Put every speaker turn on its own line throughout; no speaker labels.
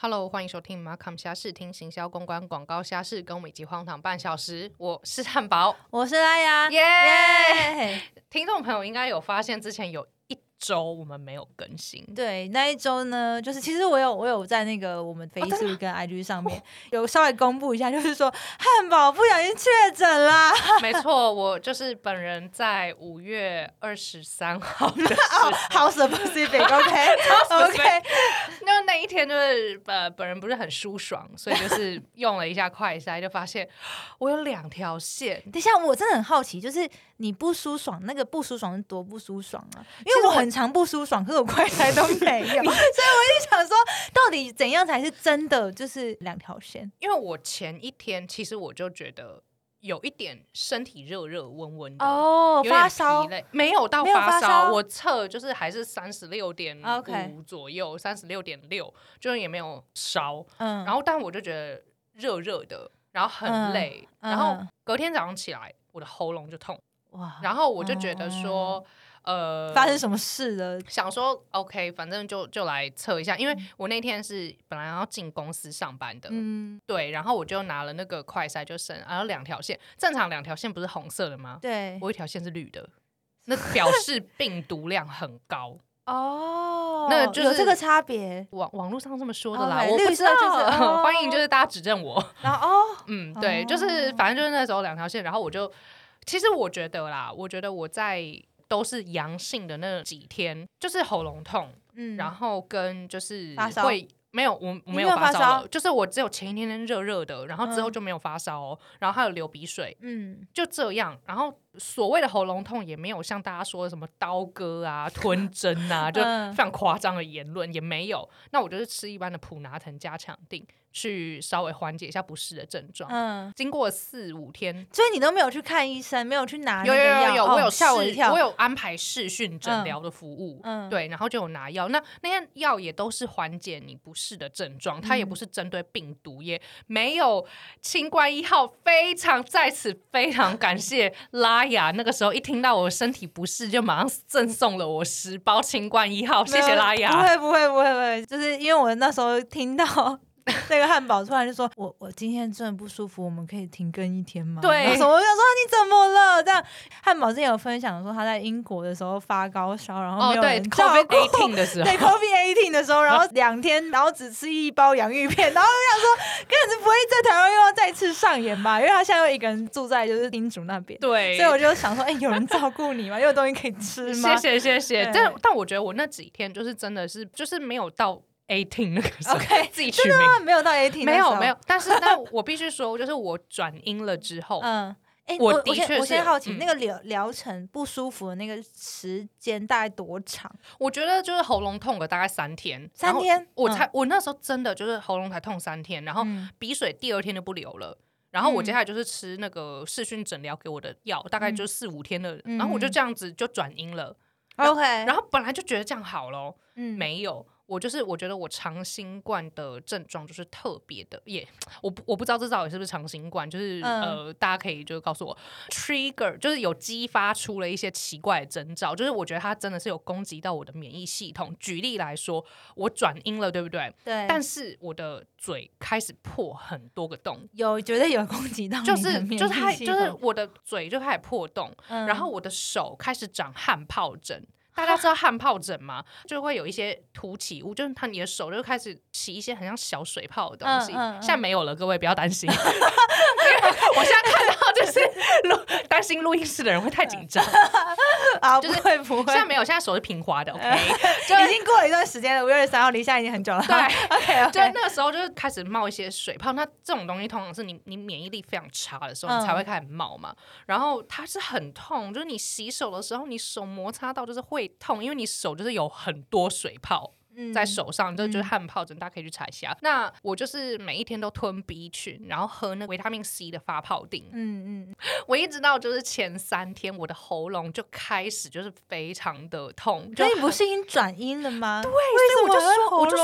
Hello，欢迎收听 Markham 虾视听行销公关广告虾事，跟我们一起荒唐半小时。我是汉堡，
我是拉雅，
耶
啊耶！
听众朋友应该有发现，之前有一周我们没有更 新，
对，那一周呢，就是其实我有我有在那个我
哦
们 Facebook 跟 IG 上面、 有稍微公布一下，就是说汉堡不小心确 诊啦，
没错，我就是本人在五月二十三号 的时候
哦，How specific？OK OK，
那那一天就是呃，本人不是很舒爽，所以就是用了一下快筛，就发现我有两条线。
等一下，我真的很好奇，就是你不舒爽，那个不舒爽是多不舒爽啊？因
其
为
实我
我很常不舒爽，可是我快筛都没有， 所以我就想说，到底怎样才是真的？就是两条线，
因为我前一天其实我就觉得有一点身体热热温温的。
哦
有点
发烧
疲，累没有到
没有
发
发烧
我测就是还是三十六点
OK
五左右，三十六点六，就是也没有烧。
嗯
然后，但我就觉得热热的，然后很
嗯
累，
嗯
然后隔天早上起来，我的喉咙就痛，
哇
然后我就觉得说，呃，
发生什么事了？
想说 OK，反正就就来测一下，因为我那天是本来要进公司上班的，
嗯，
对，然后我就拿了那个快筛，就剩然后两条线，正常两条线不是红色的吗？
对，
我一条线是绿的，那表 示病毒量很高。
哦
那就是
有这个差别。
网网络上这么说的啦
OK，
我不
哦绿
知
色
道，
就是哦
欢迎就是大家指正我。
然后哦，
嗯，对，就是反正就是那时候两条线，然后我就其实我觉得啦，我觉得我在都是阳性的那几天，就是喉咙痛，
嗯
然后跟就是
发烧
会没有我我
你
没
没
有
有
发
发
烧
烧
了，就是我只有前一天天热热的，然后之后
嗯
就没有发烧哦，然后还有流鼻水，
嗯，
就这样。然后所谓的喉咙痛也没有像大家说的什么刀割 啊、吞针啊，就
嗯
非常夸张的言论也没有。那我就是吃一般的普拿疼加强定去稍微缓解一下不适的症状。
嗯，
经过四五天，
所以你都没有去看医生，没有去拿那
有
个
有有
药，
有有，我有
哦吓我一
试
跳，
我有安排视讯诊
嗯
疗的服务，
嗯
对，然后就有拿药。那那些药也都是缓解你不适的症状，它也
嗯
不是针对病毒，也没有新冠一号。非常在此非常感谢拉雅，那个时候一听到我身体不适，就马上赠送了我十包新冠一号，谢
没
谢
有
拉
不
雅。
会不会不会不会，就是因为我那时候 听到那个汉堡突然就说，我我今天真的不舒服，我们可以停更一天吗？
对
然后我就想说啊你怎么了？这样汉堡之前有分享说他在英国的时候发高烧，然后
哦，
没有
对
人照
，COVID
顾。
eighteen 的时候
对。COVID eighteen 的时 候，然后两天，然后只吃一包洋芋片，然后我就想说，根本就不会在台湾又要再次上演吧，因为他现在又一个人住在就是丁主那边，
对，
所以我就想说，哎、有人照顾你吗？又有东西可以吃吗？
谢谢谢谢，
对
但但我觉得我那几天就是真的是就是没有到 eighteen 那个时候
OK，
自己取
真
名
的吗没有到 eighteen，
没有没有，，但是但我必须说，就是我转阴了之 后，
嗯。哎、
我
我
的
先
确是
我先好奇、
嗯
那个疗疗程不舒服的那个时间大概多长？
我觉得就是喉咙痛了大概三天，
三
然后
天
我
嗯
才我那时候真的就是喉咙才痛三天，然后
嗯
鼻水第二天就不流了。然后我
嗯
接下来就是吃那个视讯诊疗给我的药，大概就四五天的，
嗯哎
然后我就这样子就转阴了。
，OK，
然后本来就觉得这样好咯，
嗯
没有，我就是我觉得我长新冠的症状就是特别的，也我不我不知道这到底是不是长新冠，就是、
嗯
呃，大家可以就是告诉我，trigger 就是有激发出了一些奇怪的征兆，就是我觉得它真的是有攻击到我的免疫系统。举例来说，我转阴了，对不对？
对，
但是我的嘴开始破很多个洞。
有绝对有攻击哦到你
就
的
是
免疫
就是它
系
就是
统
我的嘴就开始破洞，
嗯
然后我的手开始长汗疱疹。大家知道汗疱疹吗？就会有一些凸起物，就是它你的手就开始起一些很像小水泡的东西。
嗯嗯嗯
现在没有了，各位不要担心，因 为我现在看到就是录担心录音室的人会太紧张。现
啊，
就是
不会不会
在，没有， 现在手是平滑的。OK，
嗯已经过了一段时间了，五月三号离现在已经很久 了。
对，
，OK
就
OK，
那个时候就是开始冒一些水泡，那这种东西通常是你你免疫力非常差的时候，
嗯
你才会开始冒嘛。然后它是很痛，就是你洗手的时候，你手摩擦到就是会痛，因为你手就是有很多水泡。
嗯
在手上，这就是汗疱疹，大家可以去查一下。那我就是每一天都吞 B 群，然后喝那个维他命 C 的发泡锭。
嗯嗯，
我一直到就是前三天，我的喉咙就开始就是非常的痛，就
所以不是已经转阴了吗？对，
所以
为
我
什
就
么
说，我
会
就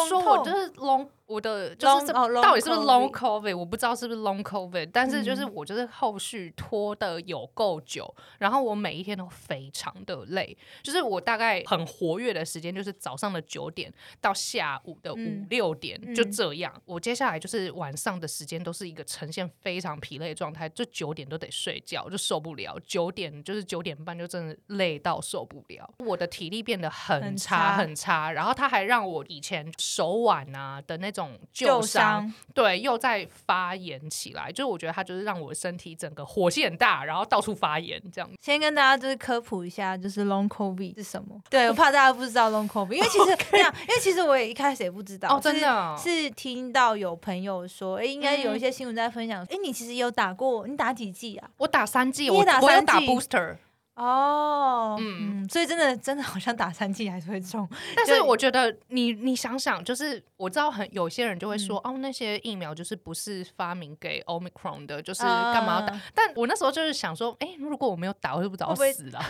说我
喉咙痛
就是 long 我的就是
Long-
这
哦，long 嗯
到底是不是 long
COVID
covid，我不知道是不是 long covid，但是就是我就是后续拖的有够久，然后我每一天都非常的累，就是我大概很活跃的时间就是早上的九点到下午的五
嗯
六点、
嗯
就这样，我接下来就是晚上的时间都是一个呈现非常疲累的状态，就九点都得睡觉，就受不了，九点就是九点半就真的累到受不了，我的体力变得很
很
差
差
很差，然后他还让我以前手腕啊的那种旧
旧
伤，
伤，
对，又在发炎起来。就是我觉得它就是让我身体整个火气很大，然后到处发炎这样。
先跟大家就是科普一下，就是 long covid 是什么？对，我怕大家不知道 long covid，因为 其实这样，因为其实我也一开始也不知道
哦，真的哦
是是听到有朋友说，哎、应该有一
嗯
些新闻在分享，哎、你其实有打过，你打几剂啊？
我打三剂，
你也
我
打
我有
三
打
剂
booster，
哦，
嗯
嗯所以真的真的好像打三剂还是会中，
但是我觉得你你想想，就是我知道很有些人就会说、
嗯
哦，那些疫苗就是不是发明给 omicron 的，就是干嘛要打？
啊
但我那时候就是想说，哎、如果我没有打，我就不早
会不会
死了。
呃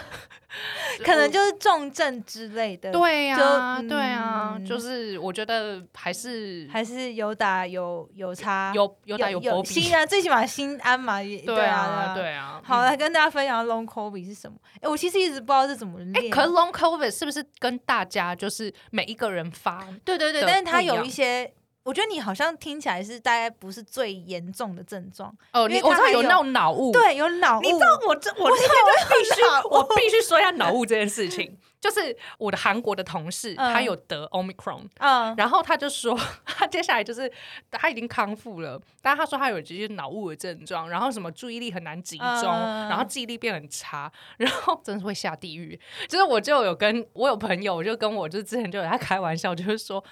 可能就是重症之类的，，
对呀、
就
对呀、
嗯
就是我觉得还是
还是有打有有差，
嗯有有打有波比，
心啊安，最起码心安嘛，也
对啊，。对啊。
好，
嗯
来跟大家分享 long covid 是什么？哎、我其实一直不知道是怎么
哎、
练。
可是 long covid 是不是跟大家就是每一个人发？
对对对，
的
但是
不
它
一
有
样
一些，我觉得你好像听起来是大概不是最严重的症状，
哦，
因为
你我知
它
道
还
有
有
那种脑雾，，
对，有脑雾。
你知道我这我这个必须我必须 说一下脑雾这件事情，就是我的韩国的同事
嗯
他有得 omicron，
嗯，
然后他就说 他接下来就是他已经康复了，但他说他有这些脑雾的症状，然后什么注意力很难集中，
嗯
然后记忆力变很差，然后真的是会下地狱。就是我就有跟我有朋友，我就跟我就之前就有他开玩笑，就是说。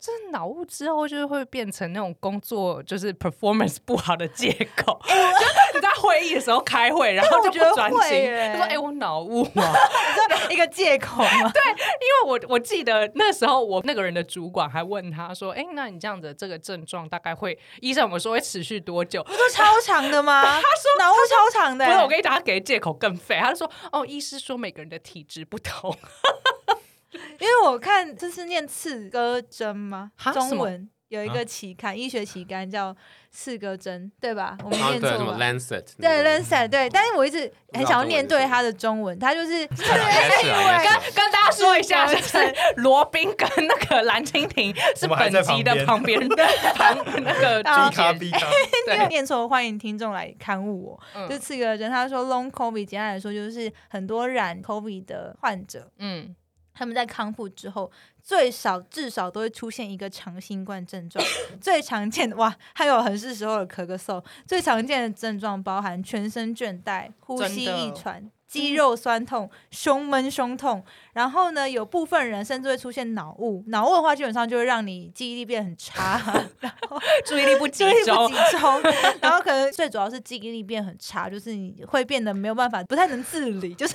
这脑雾之后就是会变成那种工作就是 performance 不好的借口， 就你在会议的时候开会，然后
我
就
觉
不
得
专
会
心，
耶
就说：“哎、我脑雾嘛。”
你知道一个借口 吗？
因为 我我记得那时候我那个人的主管还问他说：“哎、那你这样子的这个症状大概会医生我们说会持续多久？”
不都超长 的吗？他说脑雾超长的、欸
不是，我跟你讲，他给借口更废，他就说：“哦，医师说每个人的体质不同，
因为我看这是念刺胳针吗
哈？
中
什么
文有一
啊
个期刊，医学期刊叫刺胳针，对吧？我们
啊，
念
对，
错
什么
了。
Lancet，
对
那个
l a n c e 对，但是我一直很想要念对他的中文，他 就是
对应该是啊应该是啊
跟大家说一下，
是
就是 罗宾跟那个蓝蜻蜓是
我们还
本
在
集的旁
旁
边的旁那个
啊
逼咖
姐
逼咖，
对，
念错，欢迎听众来刊物我。就刺个人，他说 long covid 简单来说就是很多染 covid 的患者，
嗯
他们在康复之后，最少至少都会出现一个长新冠症状。 最常见的哇，还有很是时候的咳咳嗽。最常见的症状包含全身倦怠、呼吸
真的
易喘、肌肉酸痛、胸闷、胸痛。然后呢，有部分人甚至会出现脑雾。脑雾的话，基本上就会让你记忆力变很差，然后
嗯注意力不集
注意力不
中
集， 中，然后可能最主要是记忆力变很差，就是你会变得没有办法，不太能自理， 就是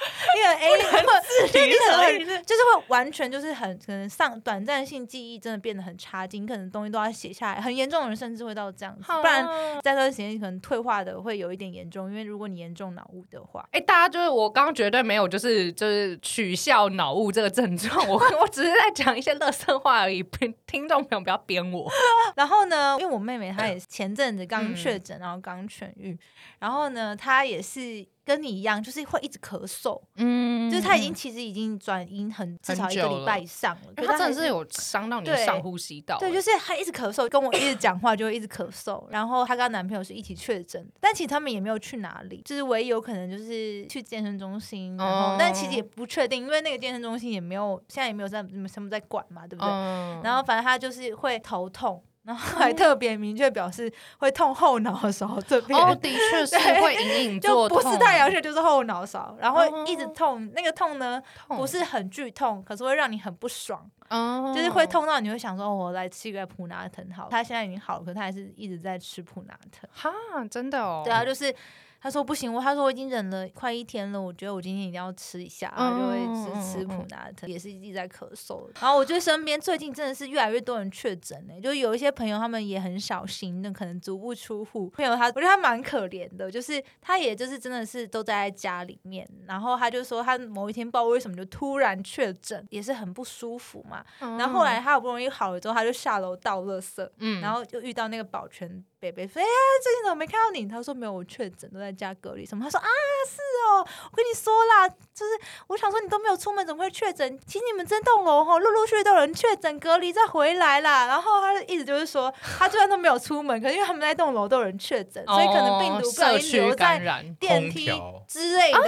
你 很 A 自
理
你
所以
很就是会完全就是很可能上短暂性记忆真的变得很差劲，你可能东西都要写下来，很严重的人甚至会到这样子，
啊
不然在这段时间可能退化的会有一点严重，因为如果你严重脑雾的话，
哎、大家就是我刚刚绝对没有，就是就是取笑脑雾这个症状，我我只是在讲一些乐色话而已，不听众朋友不要编我。
然后呢，因为我妹妹
嗯
她也是前阵子刚确诊，然后刚痊愈，然后呢，她也是跟你一样，就是会一直咳嗽。
嗯
就是他已经，其实已经转阴很至少一个礼拜以上了，可
因为
是
他真
还
的是有伤到你的
对
上呼吸道、欸
对，就是是他一直咳嗽，跟我一直讲话就会一直咳嗽。然后她跟她男朋友是一起确诊，但其实他们也没有去哪里，就是唯一有可能就是去健身中心，然后、
哦
但其实也不确定，因为那个健身中心也没有现在也没有在什么在管嘛，对不对？
嗯
然后反正他就是会头痛，然后还特别明确表示会痛后脑勺这边。
哦，的确是会隐隐
就
作
不
痛，啊
是太阳穴，就是后脑勺，然后一直
哦
痛。那个痛呢，
痛
不是很剧痛，可是会让你很不爽，
哦
就是会。痛到你会想说，哦我来吃一个普拿疼好了。他现在已经好了，可他还是一直在吃普拿疼。
哈，真的哦，
对啊，就是他说不行，我他说我已经忍了快一天了，我觉得我今天一定要吃一下，
嗯
就会吃吃普拿疼，也是一直在咳嗽。然后我觉得身边最近真的是越来越多人确诊呢、就有一些朋友他们也很小心，那可能足不出户。朋友他，我觉得他蛮可怜的，就是他也就是真的是都待在家里面，然后他就说他某一天不知道为什么就突然确诊，也是很不舒服嘛。然后后来他好不容易好了之后，他就下楼倒垃圾，
嗯，
然后就遇到那个保全北北说：“哎呀，最近怎么没看到你？”他说：“没有，我确诊，都在家隔离什么。”他说：“啊，是哦，我跟你说啦，就是我想说你都没有出门，怎么会确诊？其实你们这栋楼吼，哦陆陆续续都有人确诊隔离再回来啦。”然后他就一直就是说，他虽然都没有出门，可是因为他们那栋楼都有人确诊，所以可能病毒
哦
不小
社
心
区
留
感
在
染， 哦
电梯
空调
之类的。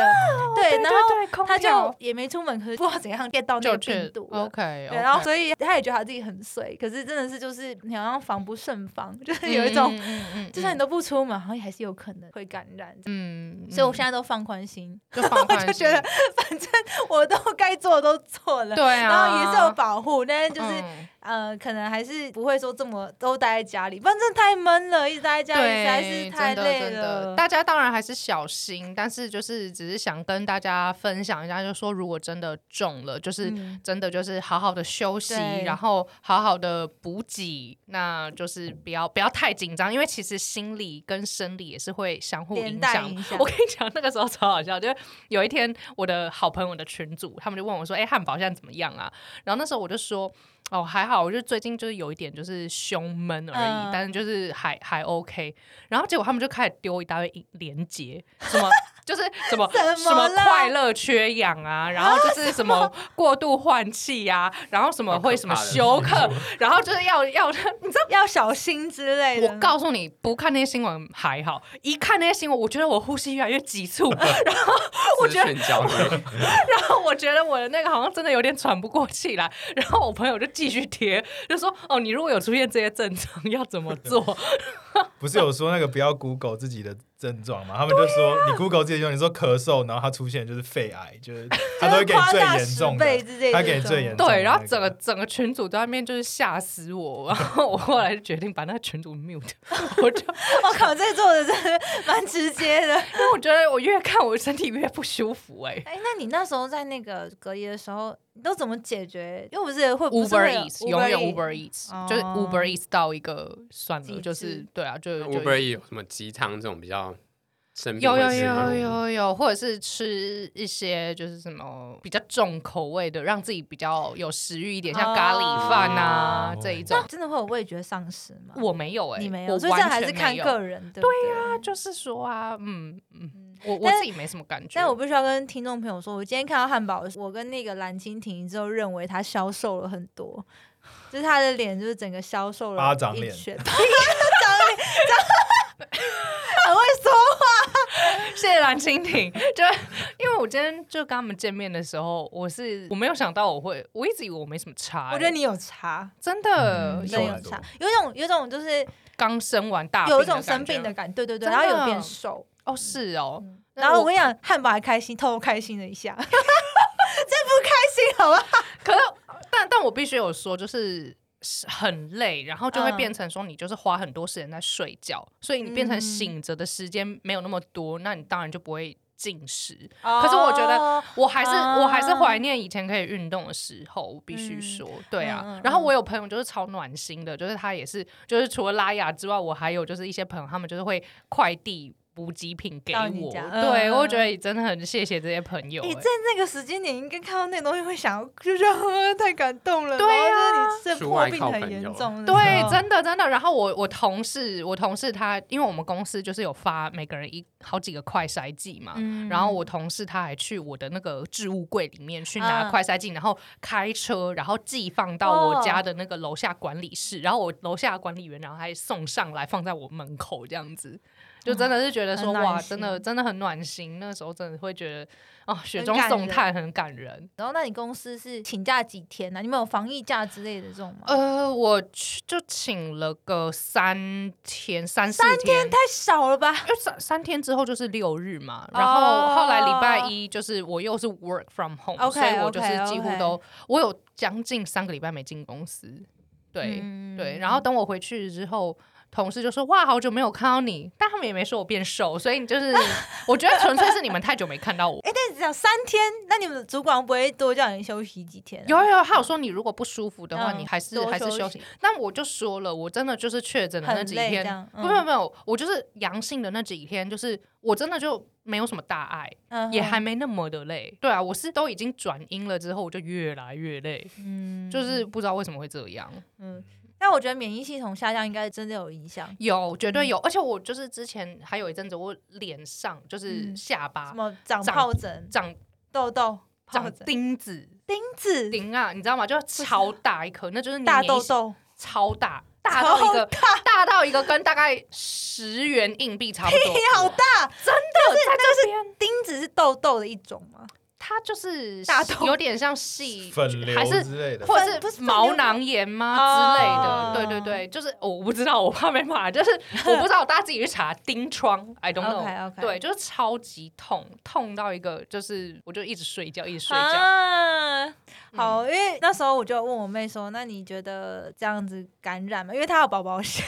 对，然后
后
他就也没出门，可是不知道怎样 get 到那
就哦
个
去
病毒了。
OK，
对，然后所以他也觉得他自己很衰，可是真的是就是你好像防不胜防，就是有一
嗯
种，就算你
都
都不出门，好像还是有可能会感染。
嗯，
所以我现
在
在都放宽心，
就放宽
就觉得
心
反正 我都该做的都做了，
对啊，
然后也是有保护，但是就是、
嗯
呃，可能还是不会说这么都待在家里，不然真的太闷了，一直待在家里实在
对，
是
真
太
的
累
真的
了。
大家当然还是小心，但是就是只是想跟大家分享一下，就说如果真的中了，就是。
嗯
真的就是好好的休息，
对
然后好好的补给，那就是不要不要太紧张，因为其实心理跟生理也是会相互
连
影
带
响。
影响
我跟你讲，那个时候超好笑，就是有一天我的好朋友的群组，他们就问我说：“哎、汉堡现在怎么样啊？”然后那时候我就说。哦，还好，我就最近就是有一点就是胸闷而已，
嗯
但是就是还还 OK。然后结果他们就开始丢一大堆影连接，什么就是什么
怎么
什么
了
快乐缺氧啊，然后 就是什么过度换气呀、然后什么会什么休克，然后就是要要， 你知道。
要小心之类的。
我告诉你，不看那些新闻还好，一看那些新闻，我觉得我呼吸越来越急促，然后我
资
觉得
讯焦 虑，
然后 我觉得我的那个好像真的有点喘不过气来， 然后我朋友就继续贴，就说哦，你如果有出现这些症状要怎么做？
不是有说那个不要 Google 自己的症状吗？他们就
啊
说、你 Google 自己的症状，你说咳嗽，然后它出现就是肺癌， 就是他都会给你最
就
严重
是夸大十倍
的，
之类的
他给你最严重的那
对，然后整个整个群主在那边就是吓死我，然后我后来就决定把那个群主 mute，我 就
我靠，这做的真的蛮直接的。
因为我觉得我越看我身体越不舒服哎、
哎，那你那时候在那个隔离的时候，你都怎么解决？因为不是会 不
Uber
是会有
Eats 永远
Eats
Uber Eats、
哦
就是 Uber Eats 到一个算
极
了，就
致
是对啊，就就
Uber 也有什么鸡汤这种比较生病
有
会
有
吃
有
的
有有，或者是吃一些就是什么比较重口味的，让自己比较有食欲一点，像咖喱饭啊、
哦
这一种
那。真的会有味觉丧失吗？
我没有哎、
你没
我
有，所以这
完
样还
全
是
没
看
有
个人，对啊呀
那。就是说啊，嗯嗯，我我
但
自己没什么感觉。
但我必须要跟听众朋友说，我今天看到汉堡，我跟那个蓝蜻蜓之后，认为他消瘦了很多，就是他的脸就是整个消瘦了
巴掌
一
脸
圈巴掌脸，很会说
谢谢蓝蜻蜓，就因为我今天就跟他们见面的时候，我是我没有想到我会，我一直以为我没什么差、欸。
我觉得你有差，
真的
嗯
真的
瘦
有
很多
差，有一种有一种就是
刚生完大
有一
病的
种生
感觉啊
病的感觉，对对对，
真
然后有
的
变瘦，
哦，是哦。那
然后我
我
跟你讲，汉堡还开心，偷偷开心了一下，这 不开心好吧？
可是，但但我必须有说，就是是很累，然后就会
嗯
变成说你就是花很多时间在睡觉，所以你变成
嗯
醒着的时间没有那么多，那你当然就不会进食。可是我觉得
哦
我还是、
啊
我还是怀念以前可以运动的时候，我必须说，对啊。
嗯嗯
然后我有朋友就是超暖心的，就是他也是，就是除了拉雅之外，我还有就是一些朋友，他们就是会快递。补给品给
到你
我，
家
对、
嗯
我觉得真的很谢谢这些朋友、欸
你在那个时间点应该看到那个东西会想要，就是呵太感动了。
对啊
呀、就是你这
出
破
外
病
靠
很
朋
严
友
重的时候，
对，真的真的。然后我我同事，我同事他，因为我们公司就是有发每个人一好几个快筛剂嘛。
嗯
然后我同事他还去我的那个置物柜里面去
嗯
拿快筛剂，然后开车，然后寄放到
哦
我家的那个楼下管理室，然后我楼下管理员然后还送上来放在我门口这样子，就真的是觉得说
很暖
哇，真的
心
真的很暖心。那时候真的会觉得哦，雪
很
中
感
送
人
炭很感人。
然后那你公司是请假几
啊
天呢、你们有防疫假之类的这种吗？
呃，我去就请了个三天三四
三
天
太少了吧？
因为三三天之后就是六日嘛，
哦
然后后来礼拜一就是我又是 work from home，、
OK，
所以我就是几
OK，OK
乎都我有将近三个礼拜没进公司，对、
嗯
对，然后等我回去之后。同事就说：“哇，好久没有看到你。”但他们也没说我变瘦，所以你就是， 我觉得纯粹是你们太久没看到我。
哎，但是只要三天，那你们的主管不会多叫你休息几天啊？
有有，他有说你如果不舒服的话，
嗯
你还是
多
还是
休
休息。那我就说了，我真的就是确诊的那
很
几
累这
天，
样？嗯
不没有没有，我就是阳性的那几天，就是我真的就没有什么大碍，
嗯
也还没那么的累。对啊，我是都已经转阴了之后，我就越来越累，
嗯
就是不知道为什么会这样。
嗯。但我觉得免疫系统下降应该真的有影响，
有，绝
嗯
对有，而且我就是之前还有一阵子，我脸上就是
嗯
下巴
什么长
啊长
疱疹、
长
痘痘、疱
长
疹、
钉子
钉子、
钉啊，你知道吗？就是超大一颗，那就是你
大
免疫
痘
系
痘，
超大，大到一个
超
大到一个跟大概十元硬币 差不多，
好大！
真的在这边，
钉子是痘痘的一种吗？
它就是
大洞
有点像细
粉瘤
还是
之类的，
或
粉不
者
是
是毛囊炎吗
哦
之类的？对对对，就是哦我不知道，我怕没买， 就是我不知道，大家自己去查钉疮，I don't know。
OK，OK
对，就是超级痛，痛到一个就是，我就一直睡觉，一嗯直睡觉。
啊，好，因为那时候我就问我妹说：“那你觉得这样子感染吗？”因为她有宝宝险，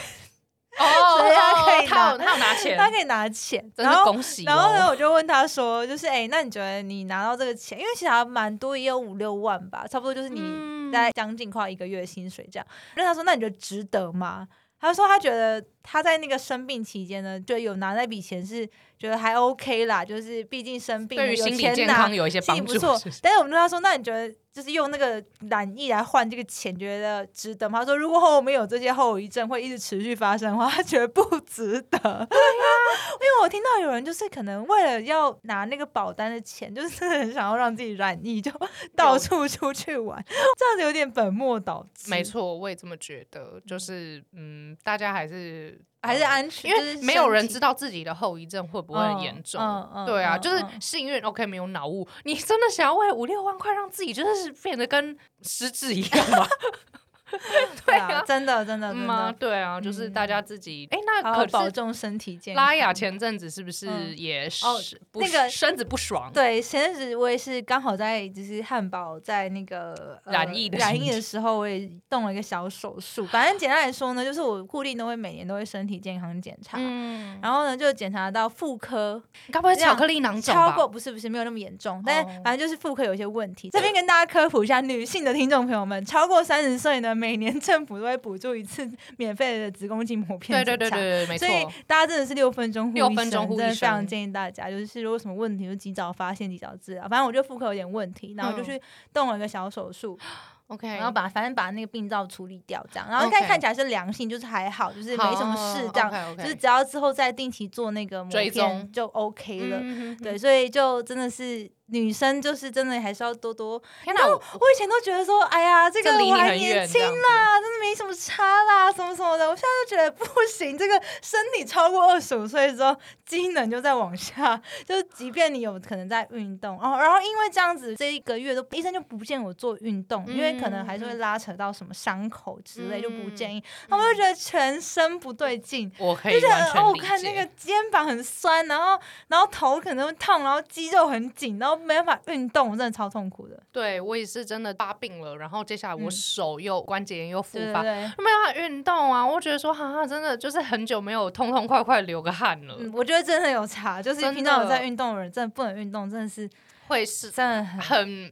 哦
所以他可以拿
他有他有拿钱，
她可以拿钱。
真
然
是
后，
恭喜
然后呢，
哦！
我就问她说：“就是哎、那你觉得你拿到这个钱，因为其实还蛮多，也有五六万吧，差不多就是你
嗯
在将近快一个月的薪水这样。”那她说：“那你觉得值得吗？”她说：“她觉得她在那个生病期间呢，就有拿那笔钱是觉得还 OK 啦，就是毕竟生病
对于
有
心理
钱
健
拿
康有一些
心
帮
情
助，
不错
是不是。
但是我们跟他说，那你觉得就是用那个懒意来换这个钱，觉得值得吗？他说，如果后面有这些后遗症会一直持续发生的话，他觉得不值得。对呀、
啊
因为我听到有人就是可能为了要拿那个保单的钱，就是真的很想要让自己懒 意，就到处出去玩，这样子有点本末倒置。
没，错，我也这么觉得，就是嗯，大家还是
还是
呃
安全，
因为没有人知
道
道自己的后遗症会不会很严重。
嗯嗯
对啊，
嗯
就是
嗯
幸运，OK，没有脑雾。你真的想要为五六万块让自己就是变得跟失智一样吗？
对
对
啊
啊，
真的 真的真
嗯啊，
的，
对啊，就是大家自己。哎，那
好好
可
保
是
重身体健康。
拉雅前阵子是不是
嗯
也
哦
是不
那个
身子不爽？
对，前阵子我也是刚好在就是汉堡在那个、呃
染疫的
染
时
疫的时候，我也动了一个小手术。反正简单来说呢，就是我固定都会每年都会身体健康检查。
嗯，
然后呢，就检查到妇科
该不会
这样
巧克力囊肿
超
吧？
过不是不是没有那么严重，但
哦
是反正就是妇科有一些问题。这边跟大家科普一下，女性的听众朋友们，超过三十岁呢，每年政府都会补助一次免费的子宫镜膜片
对对对
检查
对对，没
所以
错。
大家真的是六分钟护
六分钟护
医真的
医生
非常建议大家，就是如果有什么问题就及早发现、及早治疗。反正我就妇科有点问题，然后就去动了一个小手术，
OK，
然后把反正把那个病灶处理掉，这样。然后看
嗯 OK
看起来是良性，就是还好，就是没什么事，这样。
样
就是只要之后再定期做那个膜
追
片
踪
就 OK 了。
嗯
对，所以就真的是女生，就是真的还是要多多。
天
然
哪，
后
我
我以前都觉得说，哎呀，这
这
个
离
我
你
还
很
年
远，这
轻
样子
啊，真的没什么差啦，什么什么的。我现在就觉得不行，这个身体超过二十五岁之后，机能就在往下，就是即便你有可能在运动，哦，然后因为这样子，这一个月都医生就不建议我做运动，
嗯
因为可能还是会拉扯到什么伤口之类，就不建议。他们就觉得全身不对劲。
我嗯可
就
以
觉
完
得
全
哦，我
理
看那
解
个肩膀很酸，然后然后头可能会痛，然后肌肉很紧，然后没办法运动，我真的超痛苦的。
对我也是真的发病了，然后接下来
嗯
我手又、关节炎又复
对对
发，
对，
没有办法运动啊！我觉得说，哈、哈，真的就是很久没有痛痛快快流个汗了，
嗯，我觉得真的有差，就是
真的
平常有在运动的人，真的不能运动，真的是
会是
真的很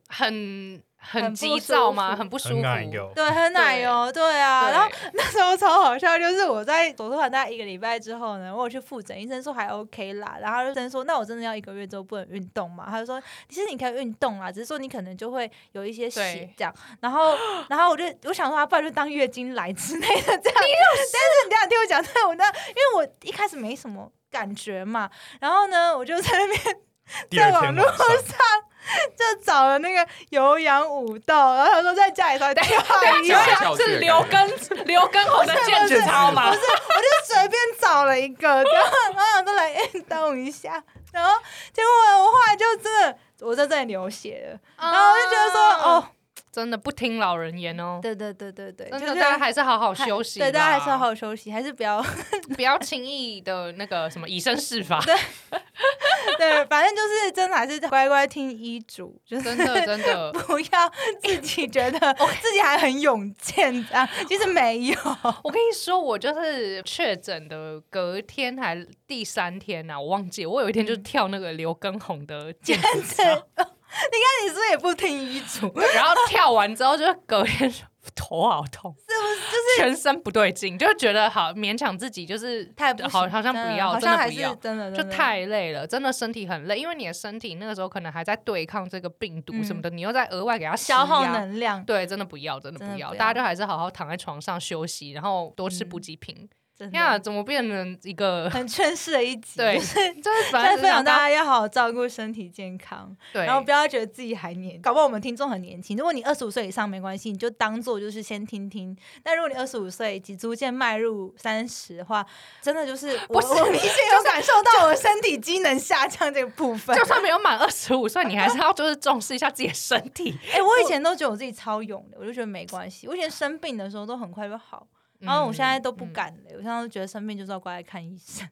很很
嗯很
很
不
急躁
舒
吗？
服
很不舒
很
服。
奶油。
对，很奶油，对啊。
对
然后那时候超好笑，就是我在手术完大概一个礼拜之后呢，我有去复诊，医生说还 OK 啦，然后医生说那我真的要一个月之后不能运动嘛？他就说其实你可以运动啦，只是说你可能就会有一些血
对
这样。然后然后我就我想说，啊他不然就当月经来之类的这样。但是你等一下听我讲，但我那因为我一开始没什么感觉嘛，然后呢我就在那边。
第二
在网
天
络
晚上，
就找了那个有氧舞蹈，然后他说在家里稍微 跳
对
一下，
啊
跳来跳去
是
的
刘
感
根刘根红的毽子操吗？
我就随便找了一个，然后然后都来运动一下，然哦后结果我后来就真的我在这里流血了，然后我就觉得说、
啊
哦。
真的不听老人言哦。
对对对对对，
真
就是
的，大家还是好好休息啦。
对，大家还是好好休息，还是不要
不要轻易的那个什么以身试法。
对，反正就是真的还是乖乖听医嘱，就是，
真的真的
不要自己觉 得自己还很勇健这样，其实没有。
我跟你说，我就是确诊的隔天还第三天呐、啊，我忘记了，我有一天
嗯
就跳那个刘畊宏的毽子
这你
操，
看 你是不是也不听医嘱？
然后跳完之后就隔天说头好痛，是不是就是全身不对劲，就觉得好勉强自己就是
太不
好
行
好像
真
不
的
要，
好
真
像
的
还
不
是
要。
真的
就
真的
太累了，真的身体很累，因为你的身体那个时候可能还在对抗这个病毒什么的，你又在额外给它施
嗯消耗
压
能量，
对，真的不要，真的
真
不
的
要，
不
大家
要嗯
就还是好好躺在床上休息，然后多吃补给品。
真
天啊，
的
怎么变成一个？
很劝世的一集。
对
就是现
就是本来
在
是
分享
想
大家要好好照顾身体健康，
对，
然后不要觉得自己还年，搞不好我们听众很年轻。如果你二十五岁以上没关系，你就当做就是先听听。但如果你二十五岁，即逐渐迈入三十的话，真的就是我
不是
我明显有感受到我的身体机能下降这个部分。
就算没有满二十五岁，你还是要就是重视一下自己的身 体。
哎、我以前都觉得我自己超勇的，我就觉得没关系。我以前生病的时候都很快就好，然哦后我现在都不
嗯嗯
敢了。我现在都觉得生病就是要乖乖看医生。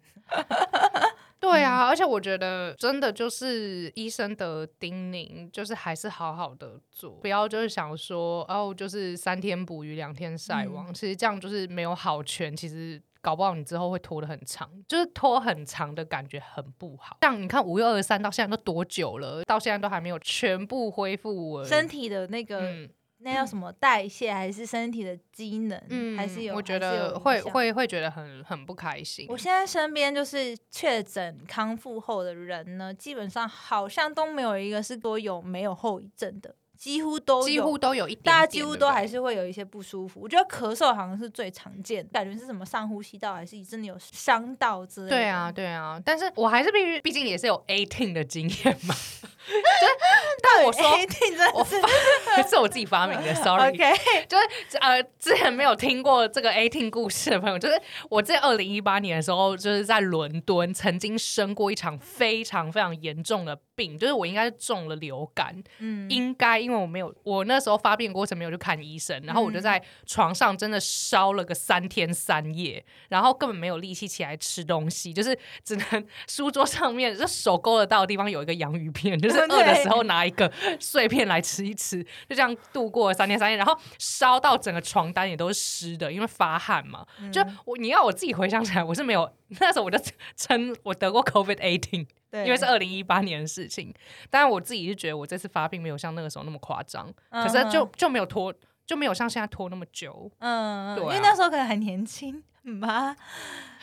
对啊，而且我觉得真的就是医生的叮咛，就是还是好好的做，不要就是想说哦，就是三天捕鱼两天晒网，其实这样就是没有好全，其实。搞不好你之后会拖得很长，就是拖很长的感觉很不好。像你看五月二十三到现在都多久了，到现在都还没有全部恢复我
身体的那个、
嗯
那叫什么代谢，还是身体的机能，
嗯，
还是有。
我觉
还是有
得
影
会
响。
会会觉得很很不开心。啊
我现在身边就是确诊康复后的人呢，基本上好像都没有一个是多有没有后遗症的，几乎都有
几乎都有一点点，
大家几乎
对不
都
对
还是会有一些不舒服。我觉得咳嗽好像是最常见，感觉是什么上呼吸道还是真的有伤到之类的。
对啊，，对啊，但是我还是必须，毕竟也是有 eighteen 的经验嘛。 但我说，
一定真
我
的是
发 是我自己发明的，sorry。
OK，
就是呃，之前没有听过这个 eighteen 故事的朋友，就是我在二零一八年的时候，就是在伦敦曾经生过一场非常非常严重的病，就是我应该是中了流感，
嗯，
应该因为我没有，我那时候发病过程没有去看医生，然后我就在床上真的烧了个三天三夜，然后根本没有力气起来吃东西，就是只能书桌上面就手够得到的地方有一个洋芋片，就是
对
饿的时候拿一个碎片来吃一吃，就这样度过了三天三夜，然后烧到整个床单也都是湿的，因为发汗嘛。
嗯
就我你要我自己回想起来，我是没有 那时候我就称我得过 COVID eighteen。
对，
因为是二零一八年的事情。当然，我自己是觉得我这次发病没有像那个时候那么夸张，可
嗯
是就就没有拖，就没有像现在拖那么久。
嗯，嗯嗯
对
因
啊
为那时候可能还年轻嗯嘛，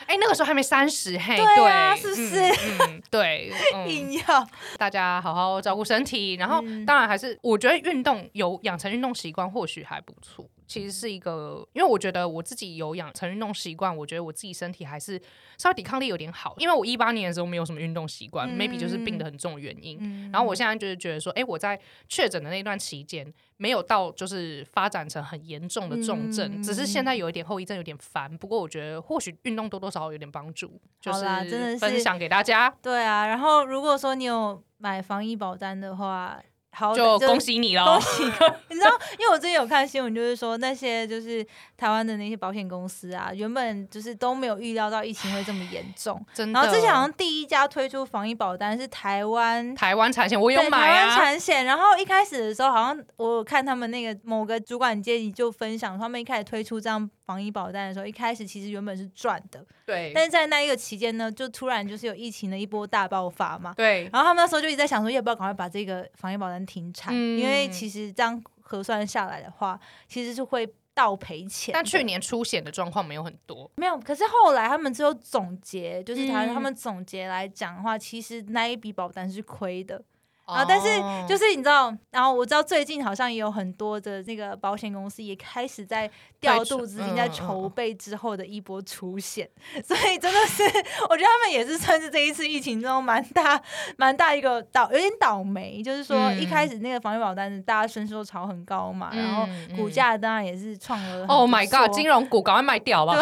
哎、那个时候还没三十，嘿，
对啊
对
是不是
嗯嗯 对，嗯，
硬要
大家好好照顾身体，然后
嗯
当然还是我觉得运动有养成运动习惯，或许还不错。其实是一个，因为我觉得我自己有养成运动习惯，我觉得我自己身体还是稍微抵抗力有点好，因为我一八年的时候没有什么运动习惯、
嗯
m a y b e 就是病得很重的原因。然后我现在就是觉得说，哎、我在确诊的那段期间，没有到就是发展成很严重的重症，
嗯
只是现在有一点后遗症，有点烦。不过我觉得或许运动多多少少有点帮助，就
好啦真的是
分享给大家，
对啊，然后如果说你有买防疫保单的话，好
就
就
恭喜你喽
恭！喜！ 你知道，因为我最近有看新闻，就是说那些就是台湾的那些保险公司啊，原本就是都没有预料到疫情会这么严重。
嗯真的，
然后之前好像第一家推出防疫保单是台湾。
台湾产险我有
对
买
台湾
啊，
产险，然后一开始的时候，好像我有看他们那个某个主管阶级就分享，他们一开始推出这样防疫保单的时候，一开始其实原本是赚的，
对
但是在那一个期间呢，就突然就是有疫情的一波大爆发嘛，
对，
然后他们那时候就一直在想说，要不要赶快把这个防疫保单停产，
嗯
因为其实这样核算下来的话，其实是会倒赔钱的。
但去年出险的状况没有很多，
没有，可是后来他们只有总结，就是他、
嗯
他们总结来讲的话，其实那一笔保单是亏的。啊，但
哦嗯
是就是你知道，然后我知道最近好像也有很多的那个保险公司也开始在调度资
嗯
金，在筹备之后的一波出险， 所以真的是我觉得他们也是算是这一次疫情中蛮大蛮大一个倒有点倒霉，就是说
嗯
一开始那个防疫保单大家税收炒很高嘛，
嗯
然后股价当然也是创了很
，Oh my
不错
god，金融股赶快卖掉吧！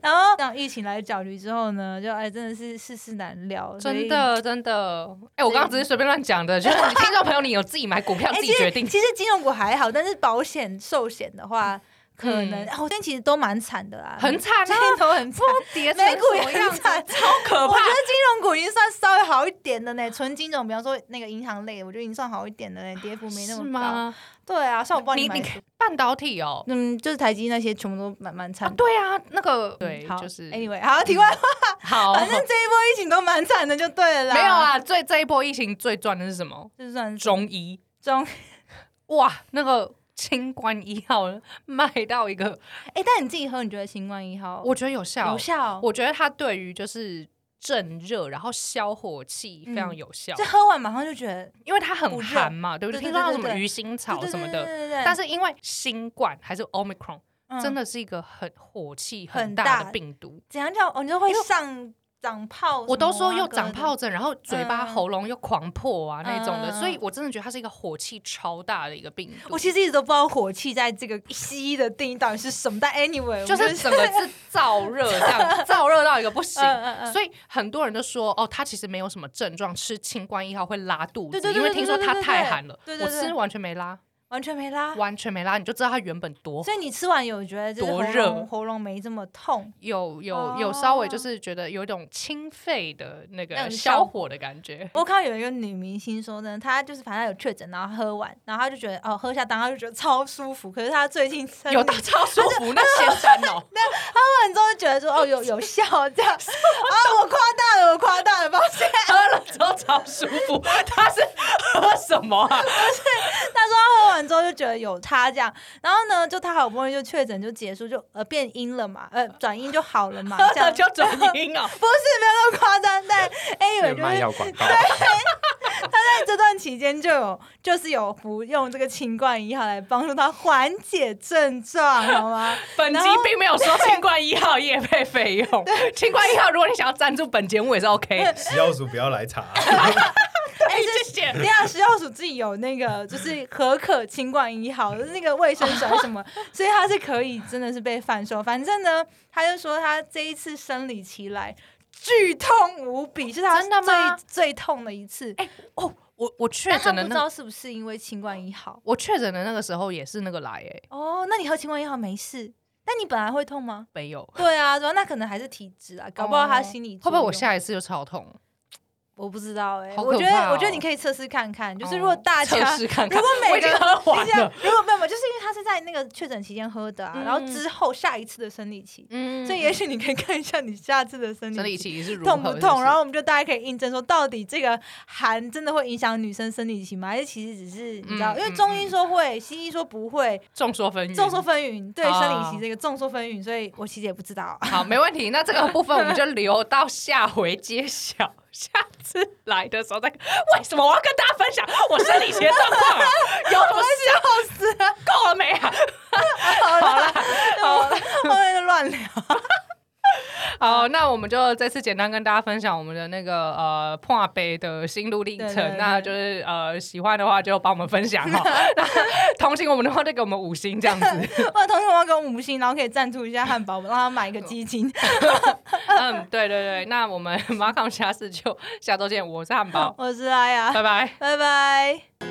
然后让疫情来搅局之后呢，就哎真的是世事难料，所
真
以。
的真的，哎、我刚刚只是随便乱讲的， 就是听众朋友，你有自己买股票
哎
自己
其实
决定。
其实金融股还好，但是保险、寿险的话，可能
嗯
啊我现在其实都蛮惨的啦，
很惨啊
今天都很 惨，
跌成
美股
什
也
么样
很
子
惨，
超可
我觉
怕。
得金融股已经算稍微好一点的呢，纯金融，比方说那个银行类，我觉得已经算好一点的呢，跌幅没那
是
么高。
吗？
对啊，像我帮
你
买
你
的，
半导体哦，
嗯，就是台积那些全部都蛮蛮
啊
惨的。
对啊，那个对，
嗯好
就是
，anyway，好，题外话，
好，
反正这一波疫情都蛮惨的，就对了啦。
嗯哦没有，啊。最这一波疫情最赚的是什么？
就算是
中医
中，
哇，那个清冠一号卖到一个，
哎，但你自己喝，你觉得新冠一号
我觉得有效，
有效？
我觉得它对于就是镇热，然后消火气非常有效，
这喝完马上就觉得
嗯因为它很
补热
寒嘛，对不对？
对对
听说它有
对
什么
对
鱼腥
对
草
对
什么
对
的，
对对对，
但是因为新冠还是 omicron，、
嗯
真的是一个很火气
很
大
大
的病毒。
怎样叫哦，你就会
因为
上长疱什么啊，
我都说又长
各的
疱疹，然后嘴巴、
嗯
喉咙又狂破啊那种的，
嗯嗯嗯
所以我真的觉得它是一个火气超大的一个病毒。
我其实一直都不知道火气在这个西医的定义到底是什么，但 anyway，
就
我
是整个是燥热这 样，燥热到一个不行。
嗯嗯嗯
所以很多人都说，哦，他其实没有什么症状，吃清冠一号会拉肚子，
对对对
因为听说它太寒了。
对对对对对
我吃完全没拉，
完全没拉。
完全没拉，你就知道它原本多
所以你吃完有觉得就是
多
喉
热
咙喉咙没这么痛，
有有
哦
有稍微就是觉得有一种清肺的那
那
个
种
消火的感觉。
我看到有一个女明星说呢，她就是反正她有确诊，然后她喝完，然后她就觉得哦喝下当她就觉得超舒服，可是她最近生
有
理
到超舒服，那仙山 哦，
喝完之后就觉得说哦有有效 这样，啊我夸大了我夸大了，抱歉。
喝了之后超舒服，他是喝什么 啊？
她说她喝完之后就觉得有差这样，然后呢就她好不容易就确诊就结束就呃变阴了嘛，呃转阴就好了 嘛，
喝
这样
了就转阴哦，
不是没有那么夸张， 但 a
那
n
个
y
卖
就是
药广 告，
在这段期间就有就是有服用这个清冠一号来帮助他缓解症状，好吗？
本集并没有说清冠一号业配费 用，清冠一号，如果你想要赞助本节目也是 OK。
食药署不要来 查，
哎，谢谢。
对啊，食药署自己有那个就是可可清冠一号，就是那个卫生纸还是什么， 所以他是可以真的是被贩售。反正呢，他就说他这一次生理期来。剧痛无比，是他
真的吗
最最痛的一次。哎、
哦，我我确
但他
诊的
不
那
知
个
道是不是因为清冠一号
我确诊的那个时候也是那个来哎，
哦。那你喝清冠一号没事，但你本来会痛吗？
没有，
对啊，然后那可能还是体质啊，搞不好他心理、
会不会我？下一次就超痛？
我不知道哎、
好可
我觉得
怕哦
我觉得你可哦以测试看看，就是如果大家、
测试看看
如果
我
每
已经
个
喝完
等一下
了，
如果没有没有，就是因为他是在那个确诊期间喝的啊，
嗯
然后之后下一次的生理期，
嗯
所以也许你可以看一下你下次的生
生理
理期。
期是如何
痛不
是
痛？
是
然后我们就大家可以印证说，到底这个寒真的会影响女生生理期吗？还是其实只是你知道，
嗯
因为
嗯
中医说会，西医说不会，
众说纷纭，
众说纷纭。对
啊
生理期这个众说纷纭，所以我其实也不 知道。
好，没问题。那这个部分我们就留到下回揭晓，下次来的时 候再。为什么我要跟大家分享我生理期的状况、啊？有什么事啊？
笑死 了！
够了没啊？
好了，好了，后面就乱聊。
好，那我们就这次简单跟大家分享我们的那个呃破杯的心路历
对对
程。
对
那就是呃喜欢的话就帮我们分 享哈，那同情我们的话就给我们五星这样子。
我的同学我要给我五星，然后可以赞助一下汉堡，让他买一个基金。
嗯，对对对。那 我们马康下次就下周见，我是汉堡，
我是阿雅，
拜拜。
拜拜。